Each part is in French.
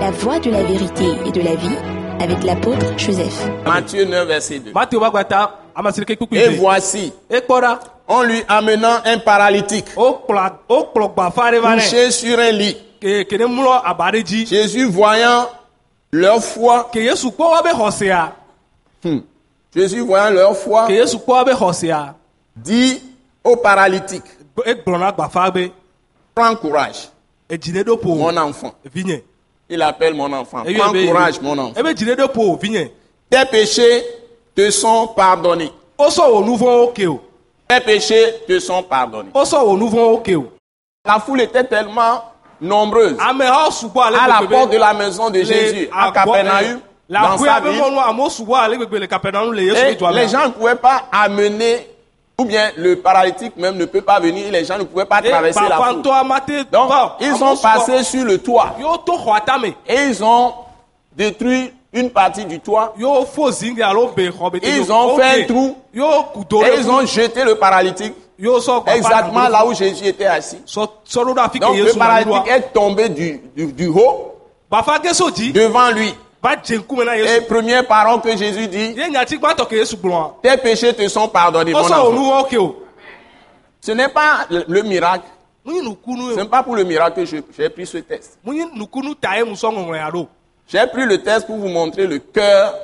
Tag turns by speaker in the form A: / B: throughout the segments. A: la voie de la vérité et de la vie avec l'apôtre Joseph.
B: Matthieu 9, verset 2.
C: mati wa gbata amasirike kpukpi
B: Et
C: de
B: voici,
C: ekpɔra
B: en lui amenant un paralytique
C: okplɔ okplɔ gbafa ɖe va nɛ
B: couché sur un lit,
C: ke ke ne mlɔ aba ɖe dzi
B: Jésus voyant leur foi,
C: ke yesu kpɔ wa be xɔsea
B: Jésus voyant leur foi,
C: ke yesu kpɔ wa be xɔsea
B: dit au paralytique,
C: gb- egblɔna gbafa be
B: prends courage,
C: edzi ɖe ɖo po
B: mon enfant.
C: E vinye
B: Il appelle mon enfant.
C: Eyɔ
B: Prends
C: ebe-
B: courage, mon enfant.
C: ebe dzi ɖe ɖo po vinye
B: Tes péchés te sont pardonnés.
C: wosɔ wò nu vɔ̃wo ke o
B: Tes péchés te sont pardonnés.
C: wosɔ wò nu vɔ̃wo ke o
B: La foule était tellement nombreuse
C: amehawo sugbɔ ale
B: à la
C: gbegbe be
B: porte de la maison de Jésus, à
C: agbɔ-
B: Capernaum,
C: la
B: dans
C: koe
B: sa
C: abe
B: ville.
C: mɔnu amewo sugbɔ ale gbegbe le kapernaum le yesu
B: Et
C: ƒe dua
B: les
C: mea.
B: gens ne pouvaient pas amener, ou bien le paralytique même ne peut pas venir, et les gens ne pouvaient pas
C: Et
B: traverser la
C: parfois,
B: foule.
C: Eh, toi, maté,
B: Donc,
C: toi,
B: ils
C: amewo
B: ont
C: sugbɔ.
B: passé sur le toit
C: Yo to xɔa tame.
B: et ils ont détruit une partie du toit
C: Yo fo zingi alo be xɔ be.
B: Ils ont fait un trou.
C: Yo kudo
B: et
C: ɖe
B: ils
C: fu.
B: ont jeté le paralytique
C: Yo sɔ gbafa
B: exactement
C: ɖe
B: là
C: fu.
B: où Jésus était assis.
C: Sɔ sɔ ɖo ɖe afi ke
B: Donc le
C: Yesu le nu
B: paralytique
C: ɖoa.
B: est tombé du, du, du haut
C: Bafa ke so dzi.
B: devant lui.
C: Va dze ŋkume na
B: Et
C: Yesu.
B: première parole que Jésus dit,
C: Ye nyati gbãtɔ ke Yesu gblɔa.
B: tes péchés te sont pardonnés. Mon
C: Wosɔ wo
B: enfant.
C: nuwɔwo ke o.
B: Ce n'est pas le le miracle.
C: Mu nyi nukunu
B: Ce
C: ye.
B: n'est pas pour le miracle que je- j'ai pris ce test.
C: Mu nyi nukunu ta ye musɔ ŋɔŋlɔ ya ɖo.
B: J'ai pris le test pour vous montrer le cœur.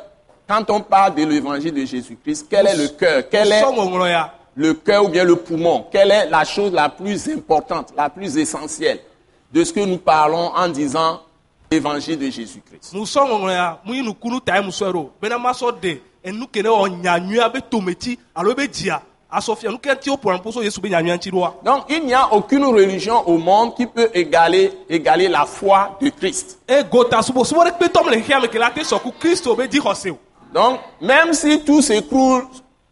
B: Quand on parle de l'évangile de Jésus-Christ, quel est le cœur Quel est
C: Musɔ ŋɔŋlɔ ya.
B: le cœur ou bien le poumon Quelle est la chose la plus importante, la plus essentielle de ce que nous parlons en disant évangile de Jésus-Christ
C: Musɔ ŋɔŋlɔ ya. Mu nyi nukunu ta ye musɔ ɖo. Bena ma sɔ de enu ke ne wɔ nyanyuia be tometi alo be dzia. Asɔ fia nu ke ti wo pɔnɔ poso Yesu be nyanyuia ŋuti ɖoa.
B: Donc, il n'y a aucune religion au monde qui peut égaler, égaler la foi de Christ.
C: e gota subɔsubɔ ɖe kpetɔm le xexea me ke la te sɔ ku kristu be dixɔse o
B: Donc, même si tout s'écroule,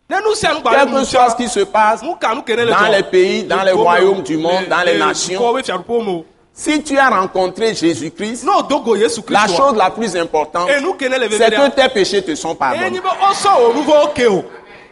C: ne nu sia nu gba
B: quelle
C: ɖe
B: que soit
C: nu sia
B: ce qui se passe,
C: nu ka nu ke ne le
B: dans
C: dzɔ.
B: les pays, dans les
C: Le
B: royaumes
C: dukɔwo,
B: du monde,
C: le-
B: dans les
C: le
B: nations.
C: dukɔwo be fiaɖuƒewo me o.
B: si tu as rencontré Jésus-Christ,
C: ne o do go yesu
B: la
C: kristu
B: chose la plus importante,
C: e nu ke ne le
B: c'est que
C: veveɖea
B: tes péchés te sont
C: enyi be
B: pardonnés.
C: wosɔ o nuvɔwo ke o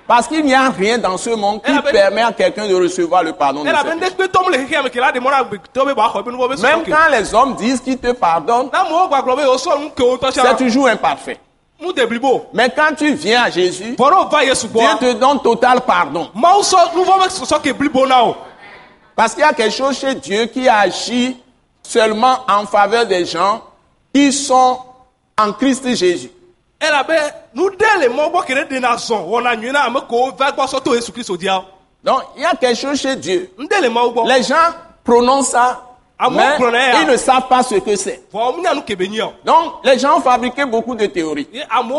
B: Parce qu'il n'y a rien dans ce monde qui
C: Elle avait-
B: permet à quelqu'un de recevoir le pardon de
C: elabe
B: ses
C: ne
B: péchés.
C: kpetɔm le xexea me ke la de mɔna gbetɔ be boaxɔ ebe nuvɔ be
B: Même
C: sɔsɔ ke
B: quand les hommes disent qu'ils te pardonnent,
C: na mɔwo gbagblɔ be wosɔ nu ke o ŋutɔ
B: c'est
C: sia
B: toujours imparfait.
C: nu de blibo
B: Mais quand tu viens à Jésus,
C: vɔ ne o va yesu
B: Dieu
C: gbɔa
B: te donne total pardon.
C: mawu sɔ nuvɔ be sɔsɔ ke blibo na o
B: Parce qu'il y a quelque chose chez Dieu qui agit seulement en faveur des gens qui sont en Christ Jésus.
C: elabe nu ɖe le mɔ gbɔ ke ne ɖena zɔn wɔna nyuie na ame kewo va gbɔ sɔ to yesu kristu dia o.
B: Donc, il y a quelque chose chez Dieu.
C: n tɛ le maaw gbɔ.
B: Les gens prononcent ça,
C: Ah, moi,
B: mais
C: je prenais, hein.
B: ils ne savent pas ce que c'est.
C: vɔn mu n'anu kebe nyi o.
B: Donc, les gens ont fabriqué beaucoup de théories.
C: ye amewo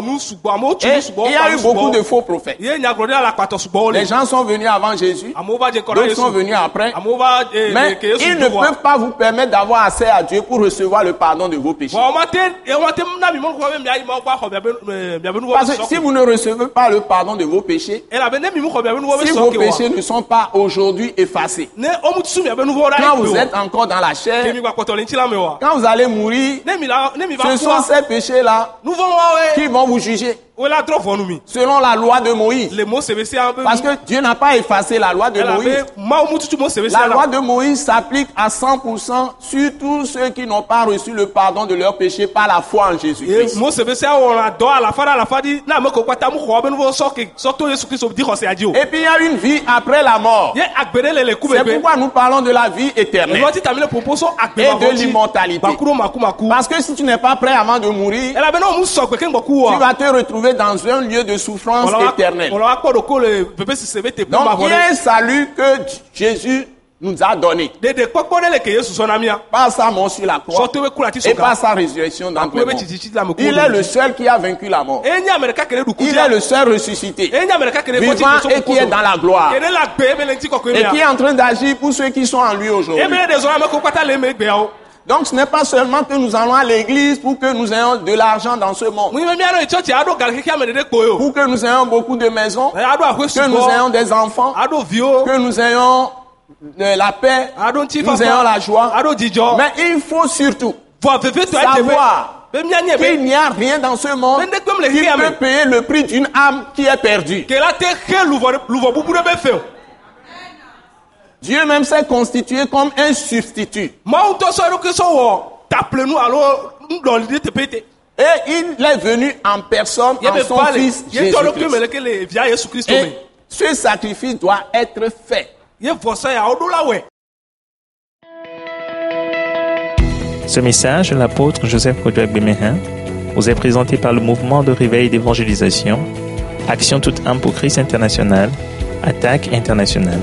C: wɔ nu sugbɔ amewo tu nu
B: Et
C: sugbɔ
B: il y a eu beaucoup de
C: sugbɔ
B: faux prophètes.
C: ye nyagblɔdila la kpatɔ sugbɔwo
B: Les
C: le.
B: gens sont venus avant Jésus,
C: amewo va jɛ kɔrɔ
B: d'autres sont
C: yesu
B: venus après.
C: amewo va ee
B: Mais
C: ke yesu
B: ils ne
C: du
B: peuvent
C: wa.
B: pas vous permettre d'avoir accès à Dieu pour recevoir le pardon de vos péchés.
C: vɔn ma tɛ ee ma tɛ eh, na mi mɔnu kɔ bɛ mi ayi ma kɔ axɔ biabe ɛɛ biabe nuwɔ
B: Parce
C: bɛ
B: que si
C: sɔn
B: vous ne recevez pas le pardon de vos péchés,
C: ke elabe ne mi mu xɔ biabe nuwɔ bɛ
B: si vos
C: sɔn ke
B: péchés
C: wa
B: ne sont pas aujourd'hui effacés,
C: ne ɔmu tu biabe nuwɔ la
B: quand
C: yi
B: vous
C: gbe
B: êtes encore dans la
C: o
B: chair,
C: kemi gba kpɔtɔ le ŋuti la mɛ wa
B: quand vous allez mourir,
C: ne mi la ne mi va
B: ce sont
C: kua
B: ces péchés-là
C: nuvɔ wa ye
B: qui vont vous juger
C: o la drɔ vɔnu mi
B: selon la loi de Moïse.
C: le mo sebe sia be
B: Parce que Dieu n'a pas effacé la loi de Moïse.
C: elabe maaw mu tutu mo sebe
B: La
C: sia
B: loi
C: la
B: de Moïse s'applique à 100% sur tous ceux qui n'ont pas reçu le pardon de leurs péchés par la foi en
C: ye
B: Jésus-Christ.
C: mose bɛ se awɔra dɔ alafa ɖe alafa di ne ame ko kpata mu xɔ be nufɔ sɔke sɔto yesu kristu di xɔse adzi o
B: Et puis il y a une vie après la mort.
C: ye agbede le le ku
B: Eh, C'est
C: bebe
B: pourquoi nous parlons de la vie éternelle.
C: lɔti tami le popo sɔ
B: Et
C: agbede
B: de l'immortalité. Bah.
C: bakuro makumaku
B: Parce que si tu n'es pas prêt avant de mourir,
C: elabe n'o mu sɔgbe ke ŋgɔ ku
B: tu
C: hein. wa
B: vas te retrouver dans un lieu de souffrance
C: wala
B: éternelle.
C: wala akpɔ do ko le pepe sise be te kpɔ ma
B: Donc
C: vɔ
B: il y a
C: ɖe
B: un salut que J- Jésus nous a donné
C: dede kpɔkpɔ ɖe le ke yesu hein. sɔ na mia
B: par sa mort sur la croix
C: Surtout que la tisse
B: et
C: au gars.
B: par sa résurrection dans
C: Après,
B: le monde.
C: tu- tu- tu- tu- la me couvre
B: Il
C: de
B: est
C: Dieu.
B: le seul qui a vaincu la mort.
C: e nye ame ɖeka ke ne ɖu
B: Il est
C: kutia
B: le seul ressuscité.
C: e nye ame ɖeka ke ne kɔtsi
B: vivant
C: te
B: et
C: sɔ
B: qui
C: kuku
B: est dans
C: do
B: la gloire
C: ke ne la gbe ebe le ŋuti kɔkɔe
B: et qui
C: mia
B: est en train d'agir pour ceux qui sont en lui
C: e be
B: aujourd'hui.
C: ne de zɔn ame ko kpata le eme gbeawo
B: Donc ce n'est pas seulement que nous allons à l'église pour que nous ayons de l'argent dans ce monde,
C: mu yi be mia ɖo etsɔtsi aɖo gali xexi ame ɖeɖe kpoe o
B: pour que nous ayons beaucoup de maisons,
C: aɖo ahoe
B: que nous ayons
C: sugbɔ
B: des enfants,
C: aɖo viwo.
B: que nous ayons de la paix,
C: aɖo ŋuti
B: nous ayons la joie.
C: aɖo dzidzɔ
B: Mais il faut surtout
C: vɔ vevetɔ ete
B: Savoir.
C: be be mianye
B: qu'il
C: be
B: n'y a rien dans ce monde
C: Mais ne comme les
B: qui
C: riens, mais-
B: peut payer le prix d'une âme qui est perdue.
C: ke la te xe luvɔ ɖe- luvɔ bubu ɖe be fe o
B: Dieu même s'est constitué comme un substitut.
C: mawu ŋutɔ sɔ eɖokui sɔ wɔ taple nous alors nous dans l'idée te péter.
B: Et il est venu en personne
C: Il y
B: en
C: avait
B: son
C: pas les.
B: fils
C: Il y a toi le plus
B: Jésus-Christ.
C: mais lequel via Jésus Christ.
B: Et
C: Il
B: ce sacrifice doit être fait.
C: y a voisin à Odola ouais.
D: Ce message, de l'apôtre Joseph Kodouak Bemehin, vous est présenté par le mouvement de réveil d'évangélisation, Action toute âme pour Christ international, Attaque internationale.